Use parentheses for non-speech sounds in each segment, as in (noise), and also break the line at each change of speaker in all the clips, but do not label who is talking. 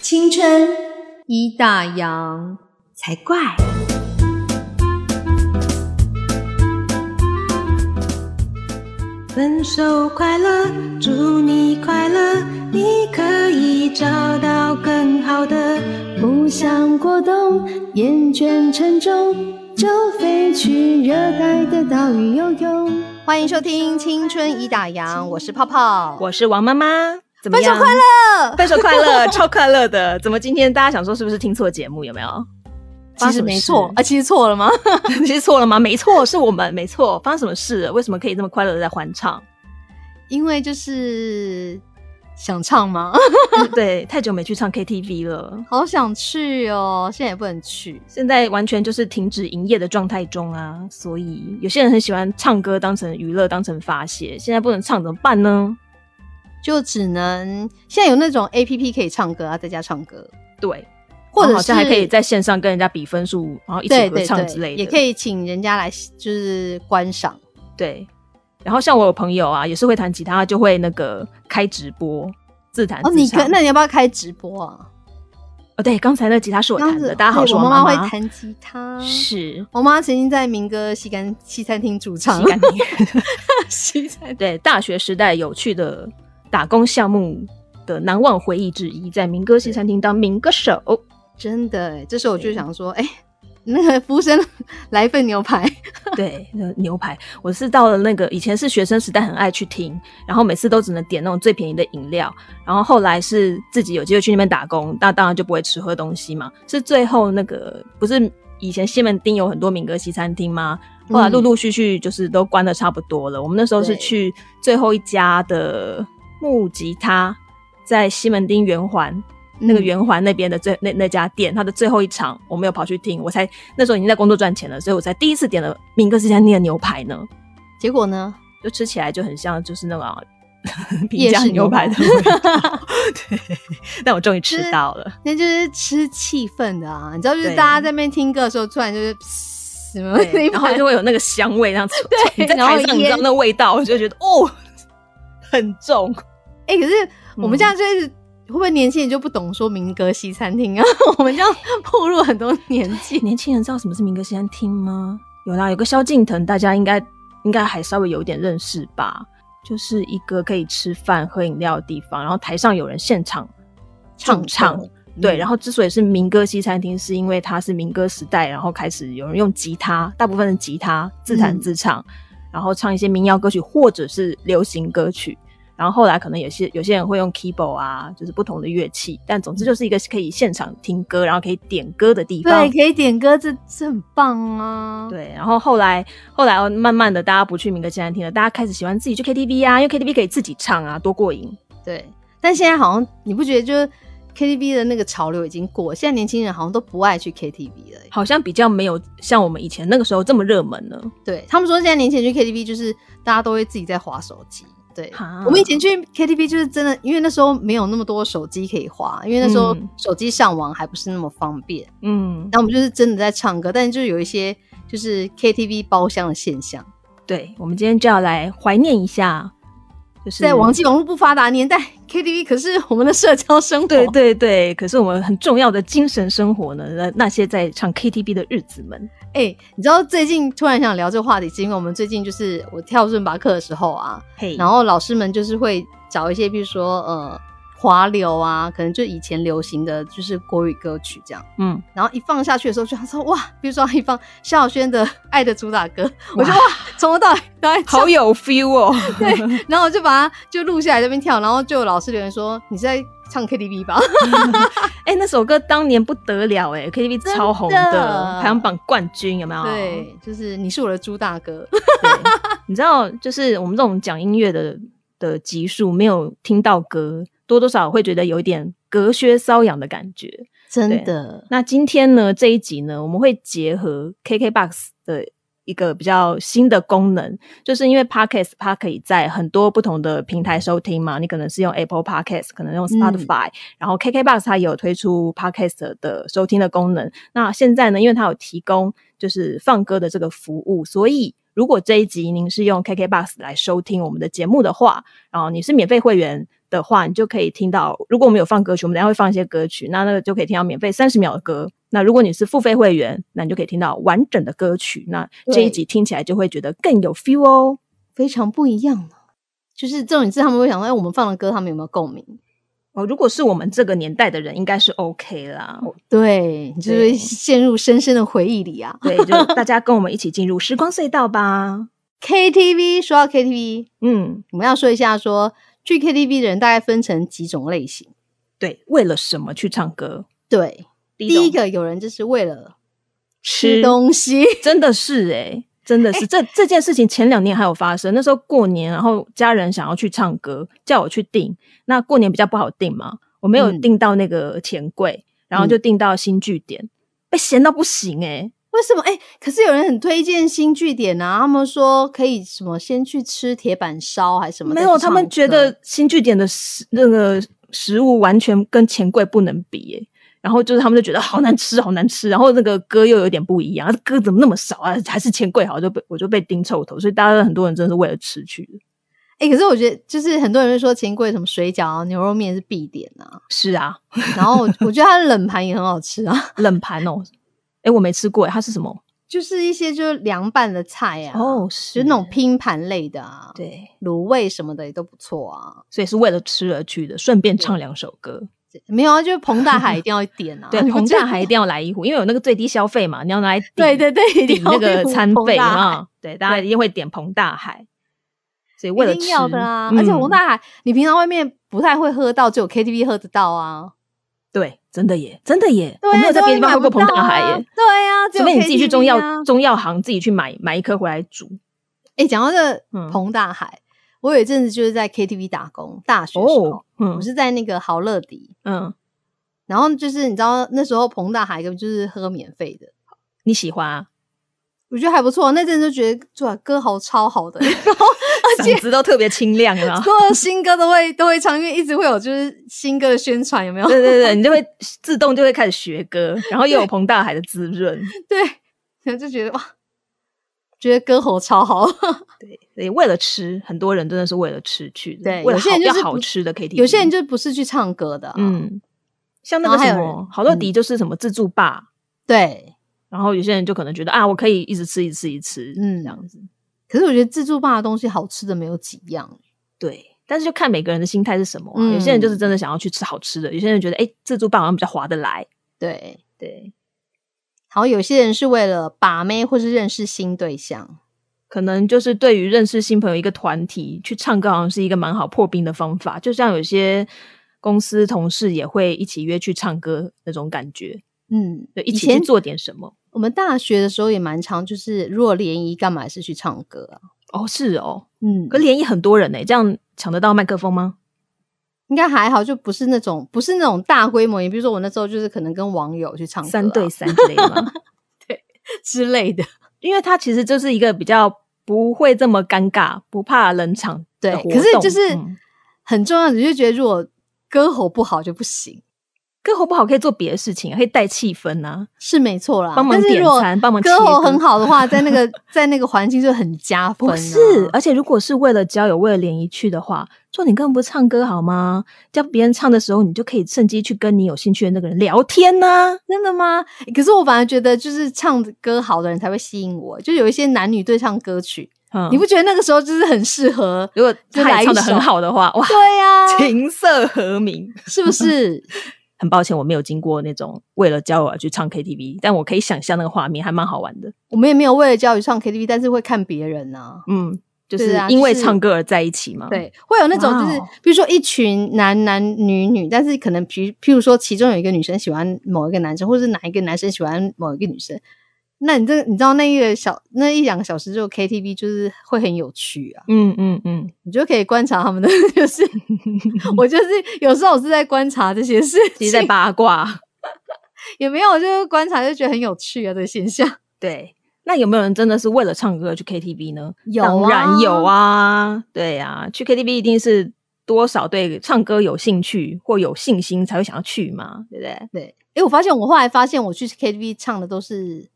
青春
一大洋。
才怪。
分手快乐，祝你快乐，你可以找到更好的。
不想过冬，厌倦沉重，就飞去热带的岛屿游泳。
欢迎收听《青春已打烊》，我是泡泡。
我是王妈妈，怎么
分手
样？
快乐！
分手快乐， (laughs) 超快乐的。怎么今天大家想说是不是听错节目？有没 (laughs) 有？
其实没错啊，其实错了吗？
其实错了吗？没错，是我们没错。发生什么事了？为什么可以这么快乐的在欢唱？
(laughs)
(laughs)
因为就是想唱
(laughs)
吗？
对，太久没去唱 KTV 了，
好想去哦，现在也不能去。
现在完全就是停止营业的状态中啊。所以有些人很喜欢唱歌当成娱乐，当成发泄。现在不能唱怎么办呢？
就只能现在有那种 A P P 可以唱歌啊，在家唱歌，
对，
或者是
然哦后好像还可以在线上跟人家比分数，然后一起
对
合
对
唱之
对，
类的，
也可以请人家来就是观赏。
对。然后像我有朋友啊，也是会弹吉他，就会那个开直播自弹
哦，
自
你
唱。
可那你要不要开直播啊？
哦，对，刚才那吉他是我
这
弹
样
的，
子，
大家好，
对
是
我
王
妈
妈
会弹啊吉他， (laughs)
是
我妈曾经在民歌西干西餐厅驻唱
洗，干净。 (laughs)
(laughs) 西餐
对，大学时代有趣的打工项目的难忘回忆之一，在民歌西餐厅当民歌手。
真的欸，这时候我就想说，哎、那个服务生 (laughs) 来一份牛排，
对，那牛排，我是到了那个以前是学生时代很爱去听，然后每次都只能点那种最便宜的饮料，然后后来是自己有机会去那边打工，那当然就不会吃喝东西嘛。是最后那个不是以前西门町有很多民歌西餐厅吗？后来陆陆续续就是都关的差不多了。我们那时候是
对
去最后一家的木吉他，在西门町圆环那个
嗯
圆环那边的最那那家店，它的最后一场我没有跑去听，我才那时候已经在工作赚钱了，所以我才第一次点了民歌西餐厅的牛排呢，
结果呢？
就吃起来就很像就是那个啊 (laughs)
夜
平价
市牛
牛排的
排
味道， (laughs) 对，但我终于
就
吃
是
到了。
(laughs) 那就是吃气氛的啊，你知道，就是
对
大家在那边听歌的时候，突然就是嘶什么那
对，
一
然后
排
就会有那个香味，这样子。
(laughs) 对
你在
然后
台上你知道
烟
那味道，我就觉得哦， (laughs) 很重。
哎、可
嗯
是我们这样就是、会不会年轻人就不懂说民歌西餐厅啊？ (laughs) 我们这样步入很多年纪。
(laughs) 年轻人知道什么是民歌西餐厅吗？有啦，有个萧敬腾，大家应该应该还稍微有一点认识吧。就是一个可以吃饭喝饮料的地方，然后台上有人现场驻唱，对。然
后
后之所以是民歌西餐厅，是因为它是民歌时代，然后开始有人用吉他，大部分是吉他自弹自唱，然后唱一些民谣歌曲或者是流行歌曲。然后后来可能有些有些人会用 keyboard 啊，就是不同的乐器，但总之就是一个可以现场听歌，然后可以点歌的地方
对，。可以点歌，这这很棒啊。，
对，然后后来后来哦慢慢的，大家不去民歌西餐厅了，大家开始喜欢自己去 KTV 啊，因为 KTV 可以自己唱啊，多过瘾。
对，但现在好像你不觉得就是 KTV 的那个潮流已经过，现在年轻人好像都不爱去 KTV 了。
好像比较没有像我们以前那个时候这么热门了。
对他们说，现在年轻人去 KTV 就是大家都会自己在划手机。对
哈，
我们以前去 KTV 就是真的，因为那时候没有那么多手机可以划，因为那时候
嗯
手机上网还不是那么方便。
嗯，
那、我们就是真的在唱歌，但是就是有一些就是 KTV 包厢的现象，
对，我们今天就要来怀念一下，就是
在网际网络不发达年代，KTV 可是我们的社交生活。
对对对，可是我们很重要的精神生活呢，那那些在唱 KTV 的日子们，
哎、你知道最近突然想聊这个话题，是因为我们最近就是我跳润拔课的时候啊，
嘿
然后老师们就是会找一些，比如说呃华流啊，可能就以前流行的就是国语歌曲这样，
嗯，
然后一放下去的时候，就想说哇，比如说一放萧亚轩的《爱的主打歌》， (laughs) 我就哇，从头到尾都在唱
好，有 feel 哦。
然后我就把它就录下来这边跳，然后就有老师留言说你是在唱 KTV 吧？
(laughs) 哎、那首歌当年不得了哎、k t v 超红
真
的，
的
排行榜冠军
哦
有没有？
对，就是你是我的猪大哥，
对，你知道，就是我们这种讲音乐的的集数，没有听到歌，多多少少会觉得有一点隔靴搔痒的感觉。
真的，
那今天呢，这一集呢，我们会结合 KKBOX 的一个比较新的功能，就是因为 Podcast 它可以在很多不同的平台收听嘛，你可能是用 Apple Podcast，可能用 Spotify，、然后 KKBox 它也有推出 Podcast 的收听的功能。那现在呢，因为它有提供就是放歌的这个服务，所以如果这一集您是用 KKBox 来收听我们的节目的话，然后你是免费会员的话，你就可以听到。如果我们有放歌曲，我们等一下会放一些歌曲，那那个就可以听到免费三十秒的歌。那如果你是付费会员，那你就可以听到完整的歌曲。那这一集听起来就会觉得更有 feel 哦。
非常不一样了。就是这种是他们会想到，哎，我们放的歌他们有没有共鸣？
哦，如果是我们这个年代的人，应该是 OK 啦。
对，你就会陷入深深的回忆里啊。
对，就大家跟我们一起进入时光隧道吧。
KTV 说到 KTV，
嗯，
我们要说一下说去 KTV 的人大概分成几种类型。
对，为了什么去唱歌？
对，
第
第一
种
个有人就是为了
吃
东西， (laughs)
真的是哎、真的是、这这件事情前两年还有发生。那时候过年，然后家人想要去唱歌，叫我去订。那过年比较不好订嘛，我没有
嗯
订到那个钱柜，然后就订到新据点，被嫌到不行哎、
为什么？哎、可是有人很推荐新据点啊，他们说可以什么先去吃铁板烧还是什么？
没
再
有，
哦去
他们
唱
觉
歌
得新据点的食那个食物完全跟钱柜不能比耶、然后就是他们就觉得好难吃，好难吃，然后那个歌又有点不一样，歌怎么那么少啊？还是钱柜好，就被我就被盯臭头，所以大家很多人真的是为了吃去的。
哎、可是我觉得就是很多人会说钱柜什么水饺啊、牛肉面是必点啊，
是啊，
然后我我觉得它的冷盘也很好吃啊， (laughs)
冷盘哦，诶，我没吃过耶，它是什么？
就是一些就是凉拌的菜啊，
哦，
就是是那种拼盘类的啊，
对，
卤味什么的也都不错啊。
所以是为了吃而去的，顺便唱两首歌。
没有啊，就是彭大海一定要点啊， (laughs)
对，
你不
彭
觉得
大海一定要来一壶，因为有那个最低消费嘛，你要拿来抵
对对对，一
抵
定要
那个
点
餐
彭
费
大海
嘛，对，大家一定会点彭大海，所以为了
一
吃
定要的啦。
嗯
而且彭大海，你平常外面不太会喝到，只有 KTV 喝得到啊。
对，真的耶，真的耶，
对啊，
我没有在别的地
都
方
买
喝过
不
彭
到
大海
啊
耶，
对啊，只
除
有
非你自己去中
KTV 啊
药中药行自己去买买一颗回来煮。
哎，讲到这
嗯
彭大海，我有一阵子就是在 KTV 打工，大学时候
哦，，嗯
我是在那个好乐迪。
嗯，
然后就是你知道那时候彭大海根本就是喝免费的，
你喜欢啊？
我觉得还不错。那阵就觉得哇，歌喉超好 (laughs) 的，然后 (laughs) 而且
嗓子都特别清亮啊。
所有的新歌都会都会唱，因为一直会有就是新歌的宣传，有没有？
(laughs) 对对对，你就会自动就会开始学歌，
(laughs)
然后又有彭大海的滋润，
对，然后就觉得哇，觉得歌喉超好。
嗯对，所以为了吃，很多人真的是为了吃去的，
对
为了
有些人
好
就是
要好
不
吃的 KTV，
(laughs) 有些人就不是去唱歌的、嗯，
嗯，像那个
然后还
什
有
么
人嗯
好乐迪就是什么自助吧，
对，
然后有些人就可能觉得啊，我可以一直吃，一直吃，一直吃，
嗯
这样子，
可是我觉得自助吧的东西好吃的没有几样。
对。但是就看每个人的心态是什么啊、
嗯
有些人就是真的想要去吃好吃的，有些人觉得哎、自助棒好像比较划得来，
对，
对，
然后有些人是为了把妹或是认识新对象。
可能就是对于认识新朋友一个团体去唱歌，好像是一个蛮好破冰的方法。就像有些公司同事也会一起约去唱歌那种感觉，
嗯，
对，一
以
起去
前
做点什么。
我们大学的时候也蛮常，就是如果联谊干嘛也是去唱歌啊。
哦，是哦，
嗯，
可联谊很多人呢、这样抢得到麦克风吗？
应该还好，就不是那种不是那种大规模。你比如说我那时候就是可能跟网友去唱歌啊、
三对三之类的吗？
之类的，
(laughs) 因为它其实就是一个比较不会这么尴尬、不怕冷场
对
的活。动。
可是就是
嗯
很重要的，你就觉得如果歌喉不好就不行，
歌喉不好可以做别的事情，可以带气氛啊，
是没错啦。
帮忙
但是
点
如果
餐，帮忙切
歌喉很
割。
好的
(laughs)
话，在那个在那个环境就很加分、啊。
不是，而且如果是为了交友、为了联谊去的话，说你根本不唱歌好吗？叫别人唱的时候，你就可以趁机去跟你有兴趣的那个人聊天呐、
真的吗？可是我反而觉得，就是唱歌好的人才会吸引我。就有一些男女对唱歌曲，
嗯，
你不觉得那个时候就是很适合？
如果
就
他
来一
也唱的很
首
好的话，哇，
对呀、
(laughs) 琴瑟和鸣。
是不
(laughs)
是？
很抱歉，我没有经过那种为了交友而去唱 KTV，但我可以想象那个画面，还蛮好玩的。
我们也没有为了教育唱 KTV，但是会看别人啊。
嗯，就
对
是
啊
因
就
为
是
唱歌而在一起嘛。，
对，会有那种就是
哇哦，
比如说一群男男女女，但是可能譬譬如说，其中有一个女生喜欢某一个男生，或者是哪一个男生喜欢某一个女生，那你这你知道那一个小那一两个小时就 KTV 就是会很有趣啊，
嗯嗯嗯，
你就可以观察他们的， (laughs) 就是
(laughs)
我就是有时候我是在观察这些事
其
情，
实在八卦。 (laughs)
也没有就是观察就觉得很有趣啊这个现象，
对，那有没有人真的是为了唱歌而去 KTV 呢？
有
当然
啊
有啊。对啊，去 KTV 一定是多少对唱歌有兴趣或有信心才会想要去嘛，对不对？
对，诶、我发现我后来发现我去 KTV 唱的都是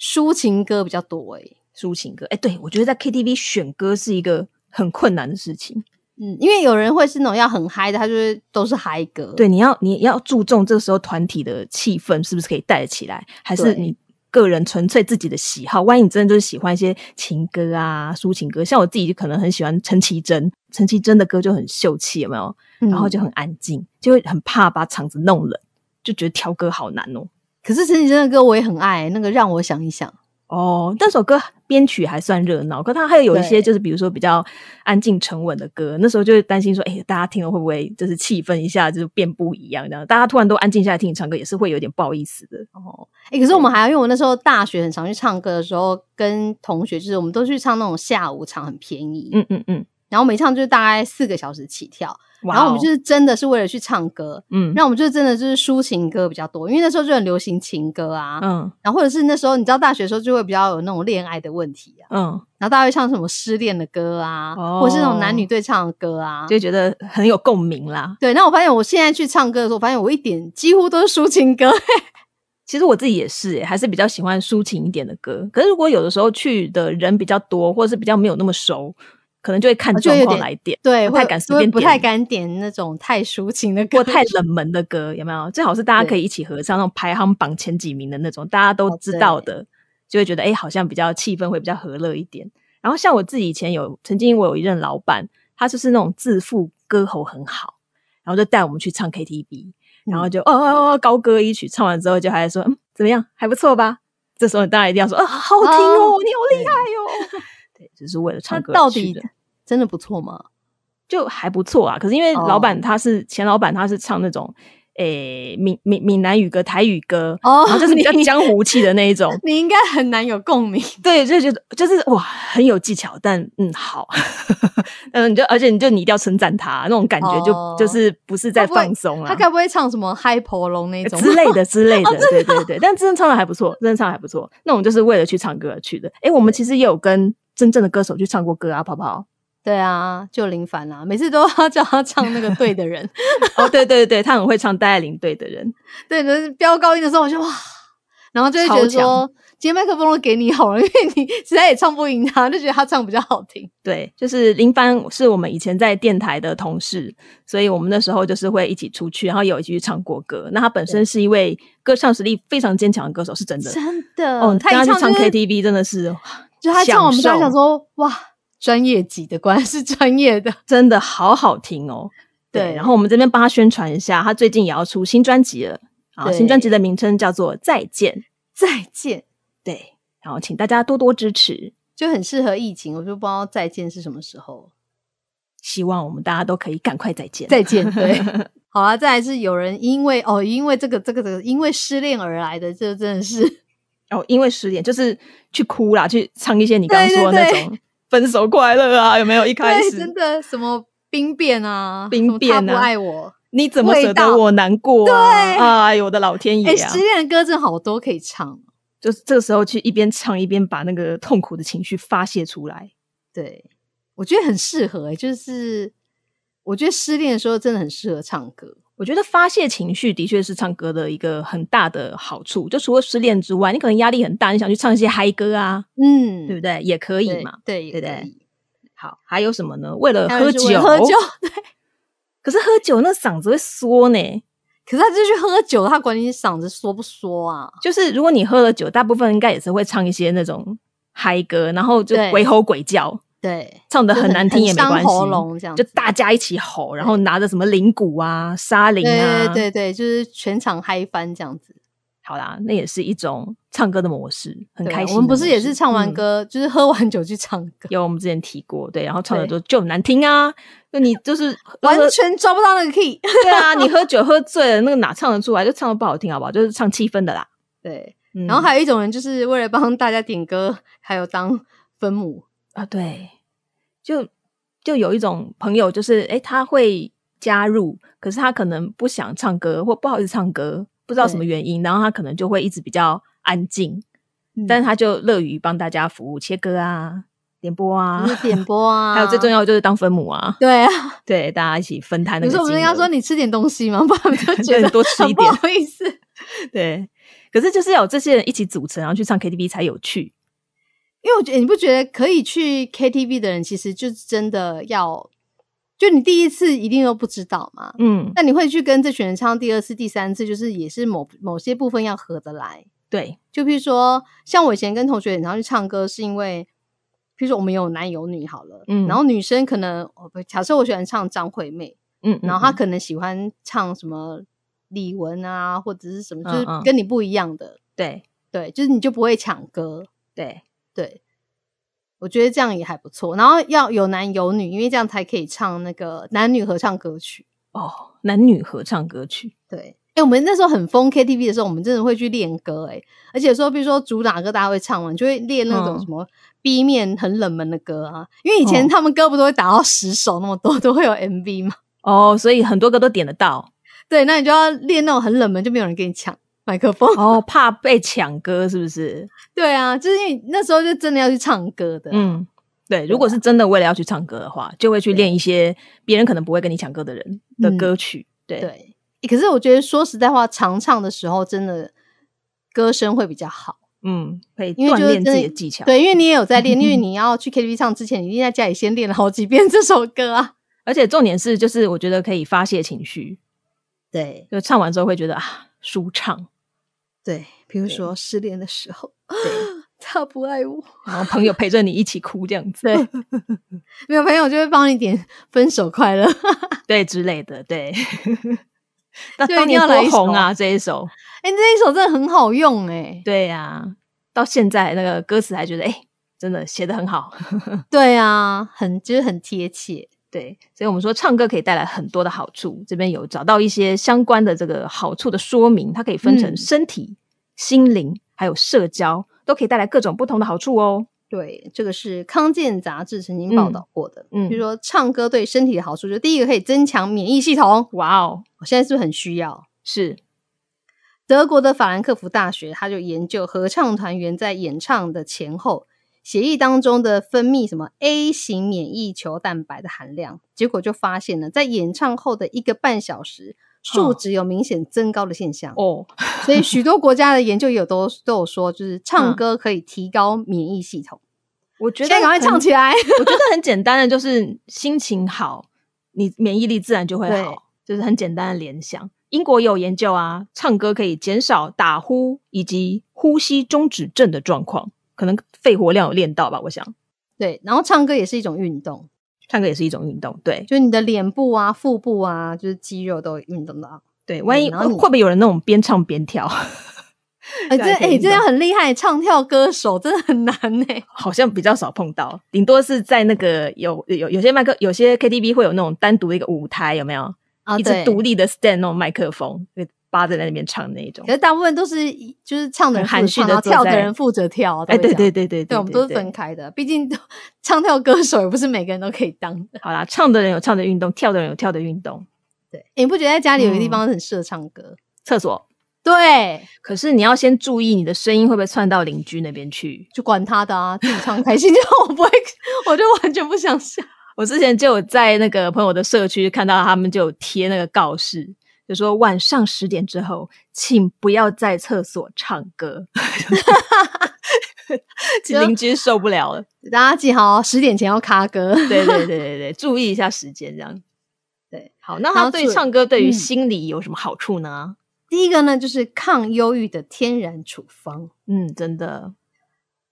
抒情歌比较多、诶，
抒情歌。哎、对我觉得在 KTV 选歌是一个很困难的事情。
嗯，因为有人会是那种要很嗨的，他就是都是嗨歌。
对，，你要你要注重这时候团体的气氛是不是可以带得起来，还是
对
你个人纯粹自己的喜好？万一你真的就是喜欢一些情歌啊、抒情歌，像我自己就可能很喜欢陈绮贞，陈绮贞的歌就很秀气，有没有？
嗯
然后就很安静，就会很怕把场子弄冷，就觉得挑歌好难哦。
可是陈绮贞的歌我也很爱，那个让我想一想。
哦，那首歌编曲还算热闹，可它还有一些
对
就是比如说比较安静沉稳的歌，那时候就会担心说，哎、大家听了会不会就是气氛一下就变不一样这样？大家突然都安静下来听你唱歌，也是会有点不好意思的。
哦，哎、可是我们还要，因为我那时候大学很常去唱歌的时候，跟同学就是我们都去唱那种下午场，很便宜，
嗯嗯嗯，
然后每唱就是大概四个小时起跳，
哇
然后我们
哦
就是真的是为了去唱歌，
嗯
那我们就真的就是抒情歌比较多，因为那时候就很流行情歌啊，
嗯
然后或者是那时候你知道大学的时候就会比较有那种恋爱的问题啊，
嗯，
然后大家会唱什么失恋的歌啊，
哦
或者是那种男女对唱的歌啊
就。会觉得很有共鸣啦。
对，那我发现我现在去唱歌的时候，我发现我一点几乎都是抒情歌， (laughs)
其实我自己也是欸耶、还是比较喜欢抒情一点的歌。可是如果有的时候去的人比较多，或者是比较没有那么熟，可能就会看
啊就
状
有
况
点
来点，
对，
不太
会
敢随便
不太
点
敢点那种太抒情
(laughs)
的歌，
或太冷门的歌，有没有？最好是大家
对
可以一起合唱，那种排行榜前几名的那种，大家都知道的，就会觉得哎、诶好像比较气氛会比较和乐一点。然后像我自己以前有曾经我有一任老板，他就是那种自负歌喉很好，然后就带我们去唱 KTV，然后就、哦哦哦高歌一曲，唱完之后就还说嗯怎么样 (laughs) 还不错吧？这时候你当然一定要说啊、好好听哦，
哦
你好厉害哦， (laughs) 对，只是为了
他
唱歌
到
而去
底
的
真的不错吗？
就还不错啊。可是因为
哦
老板他是、前老板，他是唱那种诶闽闽闽南语歌、台语歌，
哦
然后就是比较
你。
江湖气的那一种
(laughs) 你应该很难有共鸣。
对，就觉得就是哇，很有技巧，但嗯
(laughs)
好，嗯你就而且你就你一定要称赞他，那种感觉就、
哦
就是不是在
他不会
放松啊
他。该不会唱什么《哦嗨婆龙》那种吧
呃之类？的之类的，对对对，但真的唱的还不错，真的唱的还不错。那我们就是为了去唱歌而去的。诶，我们其实也有跟真正的歌手去唱过歌啊，
(laughs)
泡泡。
对啊，就林凡啦、每次都要叫他唱那个对的人， (laughs)
哦，对对对，他很会唱戴爱玲对的人。
对，就是飙高音的时候，我就哇，然后就会觉得
超强
说，今天麦克风都给你好了，因为你实在也唱不赢他，就觉得他唱比较好听。
对，就是林帆是我们以前在电台的同事，所以我们那时候就是会一起出去，然后有一起去唱过歌。那他本身是一位歌唱实力非常坚强的歌手，是真的。
真的，
哦，
他
跟
一
去
唱
唱
就是
KTV 真的是
就他唱我们就
享
会
受
想说，哇，专业级的，果然 (laughs) 是专业的。
真的好好听哦。对，
对
然后我们这边帮他宣传一下，他最近也要出新专辑了。啊，
对
新专辑的名称叫做《再见》。
再见，
对，然后请大家多多支持，
就很适合疫情，我就不知道再见是什么时候。
希望我们大家都可以赶快再
(laughs)
见。
再见， (laughs) 对。好啊，再来是有人因为哦，因为这个这个这个，因为失恋而来的，这真的 (laughs) 是
哦，因为失恋就是去哭啦，去唱一些你刚刚
对对
说的那
对
种分手快乐啊，有没有？一开
对，
始
真的什么兵变啊，
兵
什么
变
他不
啊
爱我，
你怎么
味
舍得
道
我难过、啊？
对
哎呦我的老天爷
哎、
啊！
失恋的歌真的好多可以唱，啊
就是这个时候去一边唱一边把那个痛苦的情绪发泄出来。
对我觉得很适合、哎，就是我觉得失恋的时候真的很适合唱歌，
我觉得发泄情绪的确是唱歌的一个很大的好处。就除了失恋之外，你可能压力很大，你想去唱一些嗨歌啊，
嗯，
对
不
不对？也可以嘛。
对，也
对不
可
对
以
好，还有什么呢？为了
还有
喝
就
酒，
是为了喝酒，对，
可是喝酒那嗓子会缩呢。
可是他就去喝酒，他管你嗓子说不说啊？
就是如果你喝了酒，大部分应该也是会唱一些那种嗨歌，然后就
对
鬼吼鬼叫，
对，
唱的
就
很难听也没
伤
关系，
喉咙这样
就
子，
大家一起吼，然后拿着什么铃鼓啊、沙铃啊，
对对对，就是全场嗨翻这样子。
好啦，那也是一种唱歌的模式，很
对啊
开心的模式。
我们不是也是唱完
嗯
歌，就是喝完酒去唱
(laughs)
歌，
有我们之前提过，对，然后唱的
对
就就很难听啊，那你就是
完
喝
全抓不到那个 key。 (laughs)
对啊，你喝酒喝醉了，那个哪唱得出来？就唱的不好听，好不好？就是唱气氛的啦。
对，
嗯
然后还有一种人，就是为了帮大家点歌，还有当分母。
啊，对，就就有一种朋友，就是诶，他会加入，可是他可能不想唱歌，或不好意思唱歌，不知道什么
对
原因，然后他可能就会一直比较安静，
嗯
但是他就乐于帮大家服务，切歌啊，点播
(laughs)
啊
就，是点播啊，
还有最重
要
要的就是当分母啊， (laughs)
对啊。
对，大家一起分摊那
有
个
时候
金额。
我们应该说你吃点东西嘛，不然我们就觉
对 (laughs)
得
多吃
很 (laughs)
一
不
点
好意思。
对，可是就是要有这些人一起组成，然后去唱 KTV 才有趣。
因为我觉得你不觉得可以去 KTV 的人，其实就是真的要，就你第一次一定都不知道嘛，
嗯，
那你会去跟这群人唱第二次、第三次，就是也是某某些部分要合得来。
对，
就譬如说，像我以前跟同学然后去唱歌，是因为，譬如说我们有男有女好了，
嗯
然后女生可能，哦不假设我喜欢唱张惠妹，
嗯，
然后她
嗯
可能喜欢唱什么李玟啊，或者是什么，就
嗯
是
嗯
跟你不一样的，
对
对，就是你就不会抢歌，
对，
对，我觉得这样也还不错。然后要有男有女，因为这样才可以唱那个男女合唱歌曲。
哦，男女合唱歌曲，
对，哎、我们那时候很疯 KTV 的时候，我们真的会去练歌、诶而且说，比如说主打歌大家会唱嘛，你就会练那种
嗯
什么 B 面很冷门的歌啊，因为以前
哦
他们歌不都会打到十首那么多，都会有 MV 嘛。
哦，所以很多歌都点得到，
对，那你就要练那种很冷门，就没有人跟你抢麦克风。 (laughs)
哦，怕被抢歌是不是？
对啊，就是因为那时候就真的要去唱歌的，
嗯，对，如
啊
果是真的为了要去唱歌的话，就会去练一些别人可能不会跟你抢歌的人的歌曲，对，
嗯对。诶可是我觉得说实在话，常唱的时候真的歌声会比较好。
嗯，可以
因为
锻
就是
炼自
真
己
的
的技巧，
对，因为你也有在 (laughs) 练，因为你要去 KTV 唱之前，你一定在家里先练了好几遍这首歌啊。
而且重点是，就是我觉得可以发泄情绪，
对
就唱完之后会觉得啊舒畅，
对，比如
对
说失恋的时候，
对，
(laughs) 他不爱我，
然后朋友陪着你一起哭这样子，
对没有朋友就会帮你点分手快乐。 (laughs)
对之类的，对。那
就一
当
定
年
要来一
多
首
红啊，这一首，
哎、这一首真的很好用哎、
对呀、到现在那个歌词还觉得哎、真的写的很好，
对啊，很就是很贴切。
对，所以我们说唱歌可以带来很多的好处，这边有找到一些相关的这个好处的说明，它可以分成
嗯
身体、心灵还有社交，都可以带来各种不同的好处哦。
对，这个是康健杂志曾经报
嗯
道过的。
嗯
比如说唱歌对身体的好处，就第一个可以增强免疫系统。
哇哦，
我现在是不是很需要？
是
德国的法兰克福大学，他就研究合唱团员在演唱的前后血液当中的分泌什么 A 型免疫球蛋白的含量，结果就发现呢，在演唱后的一个半小时，数
哦
值有明显增高的现象。
哦，
所以许多国家的研究也有都都有说，就是唱
嗯
歌可以提高免疫系统。
我觉
现
得
在赶快
很
唱起来！
我觉得很简单的，就是心情好，你免疫力自然就会
对
好，就是很简单的联想。英国也有研究啊，唱歌可以减少打呼以及呼吸中止症的状况，可能肺活量有练到吧，我想。
对，然后唱歌也是一种运动，
唱歌也是一种运动，对
就是你的脸部啊、腹部啊，就是肌肉都有运动到。
对。万一
嗯然后
会
你
不会有人那种边唱边跳？ (laughs)
哎、
对
这
啊可以
哎、
运
这样
动
很厉害，唱跳歌手真的很难呢、
好像比较少碰到，顶多是在那个有有有些麦克，有些 KTV 会有那种单独一个舞台，有没有？
啊，
一支
对
独立的 stand 那种麦克风，就扒在那边唱那一种
可。是大部分都是一就是唱的人
很含
负责
蓄
唱然后
地坐
跳的
在
人负责跳啊，
哎，
都会这
对对
样，
对对
对，我们都是
对
分开的，毕竟都唱跳歌手也不是每个人都可以当的。
好啦，唱的人有唱的运动，跳的人有跳的运动，
对，你不觉得在家里有一个地
嗯
方很适合唱歌？
厕所。
对，
可是你要先注意你的声音会不会窜到邻居那边去。
就管他的啊，自己唱开心就好，我不会，我就完全不想想。
我之前就有在那个朋友的社区看到他们就有贴那个告示，就说晚上十点之后，请不要在厕所唱歌。 (laughs) 邻居受不了了，
大家记好，哦十点前要卡歌。
对对对对对，注意一下时间这样。
对，
好，那
然
他
后
对
是
唱歌对于
嗯
心理有什么好处呢？
第一个呢，就是抗忧郁的天然处方。
嗯，真的，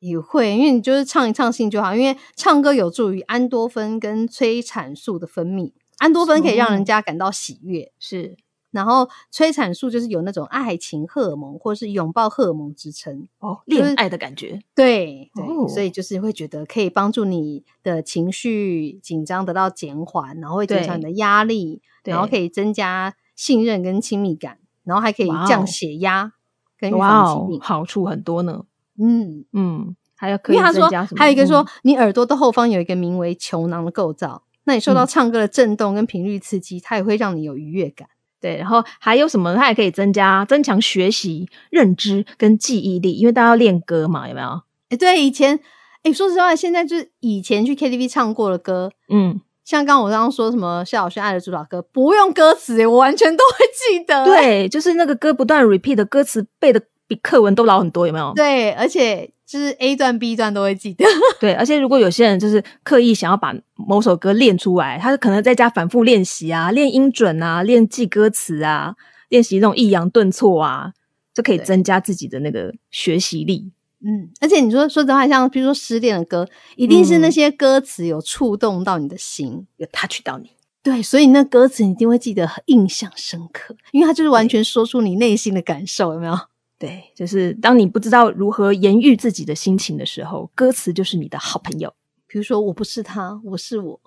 也会，因为你就是唱一唱性就好，因为唱歌有助于安多芬跟催产素的分泌。安多芬可以让
哦
人家感到喜悦，
是
然后催产素就是有那种爱情荷尔蒙或是拥抱荷尔蒙之称。
哦，
就是
恋爱的感觉。
对对，
哦
所以就是会觉得可以帮助你的情绪紧张得到减缓，然后会减少你的压力，
对
然后可以增加信任跟亲密感，然后还可以
哇哦
降血压跟预
哇
防疾
哦
病，。
好处很多呢。
嗯，
嗯，还有可以
因为他
增
说
加什么？
还有一个说
嗯，
你耳朵的后方有一个名为球囊的构造，那你受到
嗯
唱歌的震动跟频率刺激，它也会让你有愉悦感。
对，然后还有什么？它也可以增加增强学习、认知跟记忆力，因为大家要练歌嘛，有没有？
哎，对，以前哎，说实话，现在就是以前去 KTV 唱过的歌，
嗯，
像刚刚我刚刚说什么萧亚轩《爱的主打歌》，不用歌词，我完全都会记得。
对，就是那个歌不断 repeat 的歌词背的比课文都老很多，有没有？
对，而且就是 A 段 B 段都会记得。
对，而且如果有些人就是刻意想要把某首歌练出来，他可能在家反复练习啊，练音准啊，练记歌词啊，练习那种抑扬顿挫啊，就可以
对
增加自己的那个学习力。
嗯，而且你说说实话，像比如说失恋的歌，一定是那
嗯
些歌词有触动到你的心，
有 touch 到你，
对，所以那歌词你一定会记得很印象深刻，因为它就是完全说出你内心的感受，有没 (laughs) 有？
对，就是当你不知道如何言喻自己的心情的时候，歌词就是你的好朋友。
比如说，我不是他，我是我，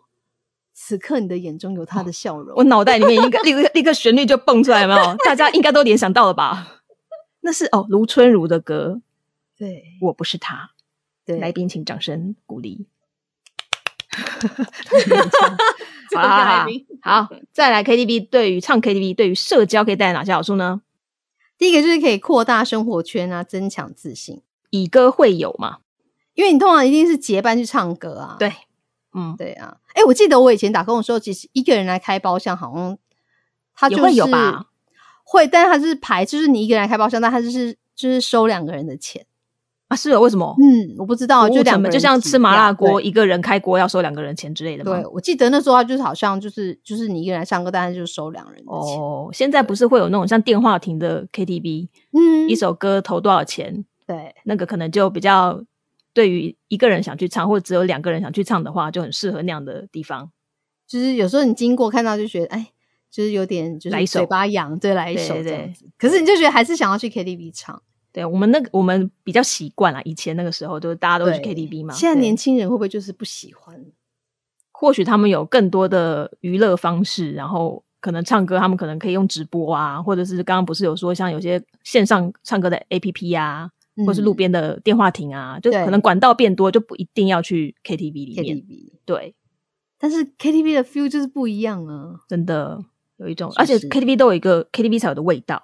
此刻你的眼中有他的笑容。
哦我脑袋里面 (laughs) 一个立刻立刻旋律就蹦出来，有没 (laughs) 有？大家应该都联想到了吧？那是哦，卢春如的歌，
对
我不是他。
对，
来宾请掌声鼓 (laughs) 励。
这个
好好
来
好
宾
好，再来 KTV，对于唱 KTV，对于社交可以带来哪些好处呢？
第一个就是可以扩大生活圈啊，增强自信，
以歌会友嘛，
因为你通常一定是结伴去唱歌啊。
对，嗯，
对啊，哎、我记得我以前打工的时候，其实一个人来开包厢，好像他
也
就是
会有吧？
会，但是他就是排，就是你一个人来开包厢，但他就是就是收两个人的钱。
啊，是哦，为什么？
嗯，我不知道，
服务
就两
成
个人
本就像
起
吃麻辣
跳
锅，一个人开锅要收两个人钱之类的嘛。
对，我记得那时候他就是好像就是就是你一个人来唱歌，但是就收两人的钱。
哦，现在不是会有那种像电话亭的 KTV，
嗯
一首歌投多少钱，
对
那个可能就比较对于一个人想去唱，或者只有两个人想去唱的话，就很适合那样的地方。
就是有时候你经过看到就觉得，哎，就是有点就
来一
是
首
嘴巴痒，对，来一
对
首
对
这
对
样子。可是你就觉得还是想要去 KTV 唱，
对我们那个我们比较习惯啦，以前那个时候就是大家都去
对
KTV 嘛。
现在
对
年轻人会不会就是不喜欢？
或许他们有更多的娱乐方式，然后可能唱歌，他们可能可以用直播啊，或者是刚刚不是有说像有些线上唱歌的 APP 啊，或是路
嗯
边的电话亭啊，就
对
可能管道变多，就不一定要去 KTV 里面。
KTV，
对，
但是 KTV 的 feel 就是不一样啊。
真的有一种，
是
而且
是
KTV 都有一个 KTV 才有的味道，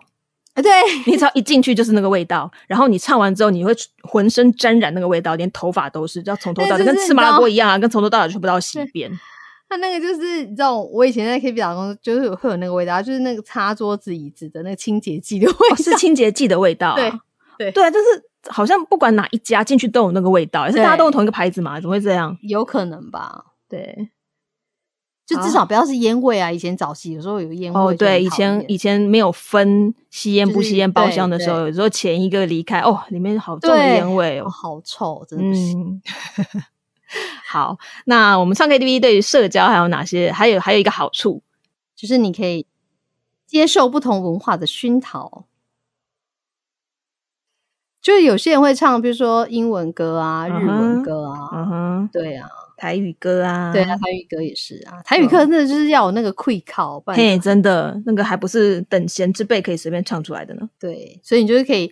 啊，对，
(laughs) 你只要一进去就是那个味道，然后你唱完之后，你会浑身沾染那个味道，连头发都是，就要从头到
对哎
脚
就是
跟
你
吃
知
麻辣
道
锅一样啊，跟从头到脚全部都要洗一遍。
他那个就是你知道，我以前在 KTV 打工，就是有会有那个味道，就是那个擦桌子椅子的那个清洁剂的味道。
哦，是清洁剂的味道、啊。
对对
对，就是好像不管哪一家进去都有那个味道，也是
对
大家都用同一个牌子嘛，怎么会这样？
有可能吧，
对，
就至
啊
少不要是烟味啊。以前早期有时候有烟味就
哦，
很
对，以
讨
前
厌
以前没有分吸烟不
就是
吸烟包
对
厢的时候，
对
有时候前一个离开，哦，里面好重的
对
烟味
哦
哦。
好臭，真的不行。
嗯， (laughs) 好，那我们唱 KTV 对于社交还有哪些？还有还有一个好处，
就是你可以接受不同文化的熏陶。就是有些人会唱，比如说英文歌啊、日
嗯
文
哼
歌啊，
嗯哼，
对啊，
台语歌啊，
对啊，台语歌也是啊。台语歌真的就是要有那个会考，不然
嗯嘿，真的，那个还不是等闲之辈可以随便唱出来的呢。
对，所以你就是可以，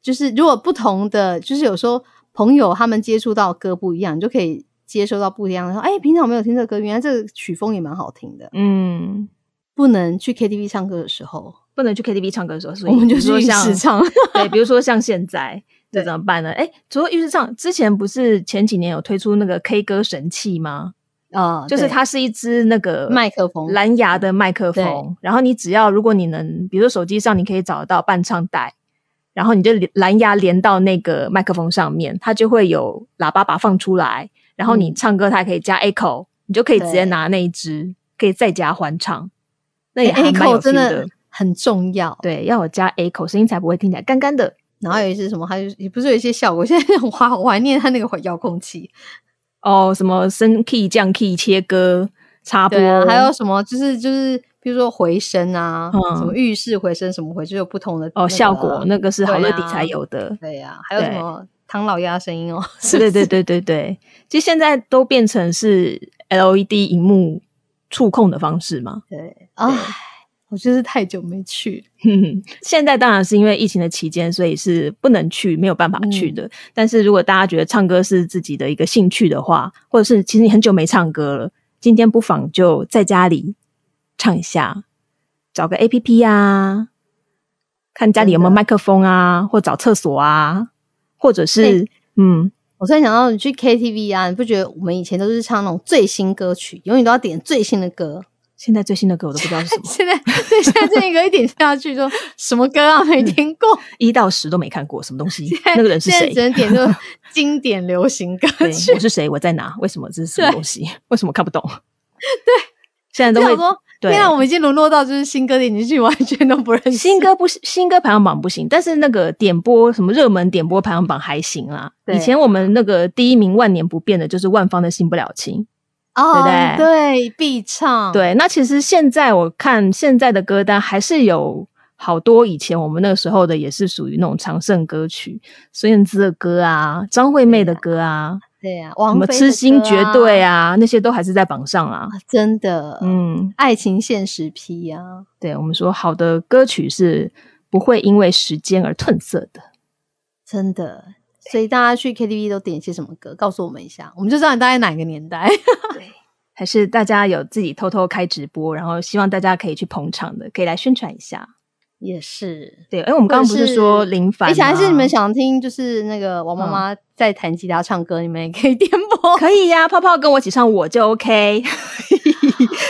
就是如果不同的，就是有时候朋友他们接触到歌不一样，你就可以接收到不一样的。说，哎、平常没有听这个歌，原来这个曲风也蛮好听的。
嗯，
不能去 KTV 唱歌的时候，
不能去 KTV 唱歌的时候，所以
我们就去
比如说
浴
像
室唱。
(laughs)
(laughs)
对，比如说像现在，这
对
怎么办呢？哎，除了浴室唱，之前不是前几年有推出那个 K 歌神器吗？
啊、
就是
对
它是一支那个
麦克风
哦蓝牙的麦克风
对，
然后你只要如果你能，比如说手机上你可以找得到伴唱带，然后你就连蓝牙连到那个麦克风上面，它就会有喇叭把它放出来，然后你
嗯
唱歌它还可以加 echo，你就可以直接
对
拿那一支，可以在家欢唱。那也
哎
还蛮有
echo 真
feel
的很重要。
对，要有加 A 口，声音才不会听起来干干的。
然后有一些什么，还有也不是有一些效果，现 (laughs) 在很怀怀念他那个遥控器。
哦，什么升 key 降 key 切割插播，哦
对啊，还有什么就是就是，比如说回声啊，
嗯
什么浴室回声什么回，就有不同的、
哦效果，那个是好乐
对
迪才
啊
有的。
对呀、还有什
对
么唐老鸭声
(laughs)
音哦，是不
对
是
对对对对，其实现在都变成是 LED 荧幕触控的方式嘛。
对，唉，我就是太久没去，
(laughs) 现在当然是因为疫情的期间，所以是不能去，没有办法去
嗯
的。但是如果大家觉得唱歌是自己的一个兴趣的话，或者是其实你很久没唱歌了，今天不妨就在家里唱一下，找个 A P P 啊，看家里有没有
真的
麦克风啊，或找厕所啊，或者是、
哎
嗯，
我突然想到，你去 KTV 啊，你不觉得我们以前都是唱那种最新歌曲，永远都要点最新的歌？
现在最新的歌我都不知道是什么，
现在对现在这个一点下去说什么歌啊没听过，
一到十都没看过，什么东西？嗯 (laughs) 那个人是
现在
谁
只？能点就经典流行歌
对，
曲
我。是谁？我在哪？为什么这是什么
对
东西？为什么看
(laughs)
不懂？对，现在
就
都
想
会
说，
对
天啊，我们已经沦落到就是新歌点进去完全都不认识。
新歌不是新歌排行榜不行，但是那个点播什么热门点播排行榜还行啦。
对
以前我们那个第一名万年不变的就是万芳的《新不了情
哦，
对不
对，必唱。》。，
对，那其实现在我看现在的歌单还是有好多以前我们那个时候的，也是属于那种常盛歌曲，孙燕姿的歌啊，张惠妹的歌啊，
对呀、啊，
什
王
么
菲的
痴心
歌
绝对啊，那些都还是在榜上啊
啊，。真的，嗯，
嗯，
爱情现实批呀、啊，
对，我们说好的歌曲是不会因为时间而褪色的。
真的。所以大家去 KTV 都点些什么歌，告诉我们一下，我们就知道你大概哪个年代。 (laughs)
还是大家有自己偷偷开直播，然后希望大家可以去捧场的，可以来宣传一下。
也是，
对，哎，我们刚刚不是哎说林凡吗，
而且还是你们想听，就是那个王妈
嗯
妈在弹吉他唱歌，你们也可以 (laughs) 点播。
可以呀、泡泡跟我一起上，我就 OK，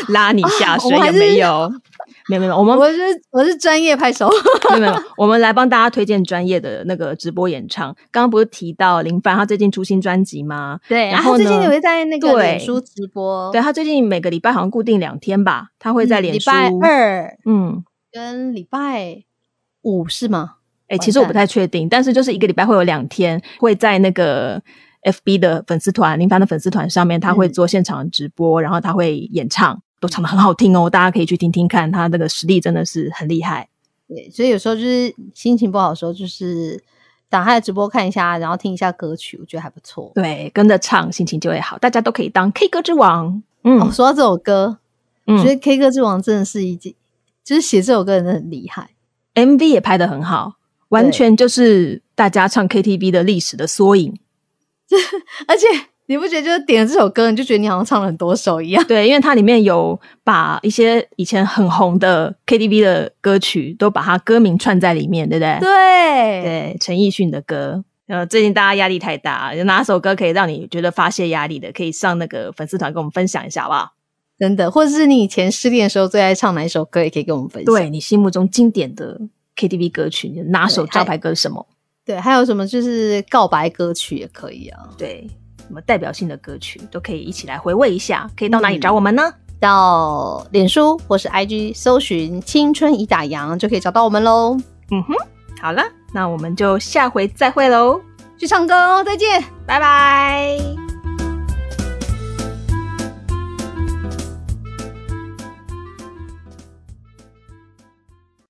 拉你下
啊我
水、
们还
有
是
没 (laughs) 有？没有没有，我们
我是我是专业拍手， (laughs)
没有没有，我们来帮大家推荐专业的那个直播演唱。刚刚不是提到林凡他最近出新专辑吗？
对
然
然
后
后
呢
最近也会在那个
对
脸书直播，
对他最近每个礼拜好像固定两天吧，他会
嗯，
在脸
礼
书。
拜，二
嗯，
跟礼拜五是吗？
哎、其实我不太确定，但是就是一个礼拜会有两天会在那个 FB 的粉丝团、林凡的粉丝团上面，他会
嗯
做现场直播，然后他会演唱，都唱的很好听哦，大家可以去听听看，他那个实力真的是很厉害。
对，所以有时候就是心情不好的时候，就是打开直播看一下，然后听一下歌曲，我觉得还不错。
对，跟着唱心情就会好，大家都可以当 K 歌之王。嗯、
哦，说到这首歌，我
嗯
觉得《K 歌之王》真的是一件，就是写这首歌的人很厉害。
，MV 也拍的很好，完全就是大家唱 KTV 的历史的缩影。
而且你不觉得，就是点了这首歌，你就觉得你好像唱了很多首一样。
对，因为它里面有把一些以前很红的 KTV 的歌曲都把它歌名串在里面，对不对？
对，
对，陈奕迅的歌。呃，最近大家压力太大，有哪首歌可以让你觉得发泄压力的？可以上那个粉丝团跟我们分享一下，好不好？
真的，或者是你以前失恋的时候最爱唱哪一首歌，也可以跟我们分享。
对你心目中经典的 KTV 歌曲，你哪首
对
招牌歌是什么？
对，还有什么就是告白歌曲也可以啊，
对，什么代表性的歌曲都可以一起来回味一下。可以到哪里找我们呢？
到脸书或是 IG 搜寻“青春已打烊”就可以找到我们喽。
嗯哼，好了，那我们就下回再会喽，
去唱歌哦，再见。
拜拜。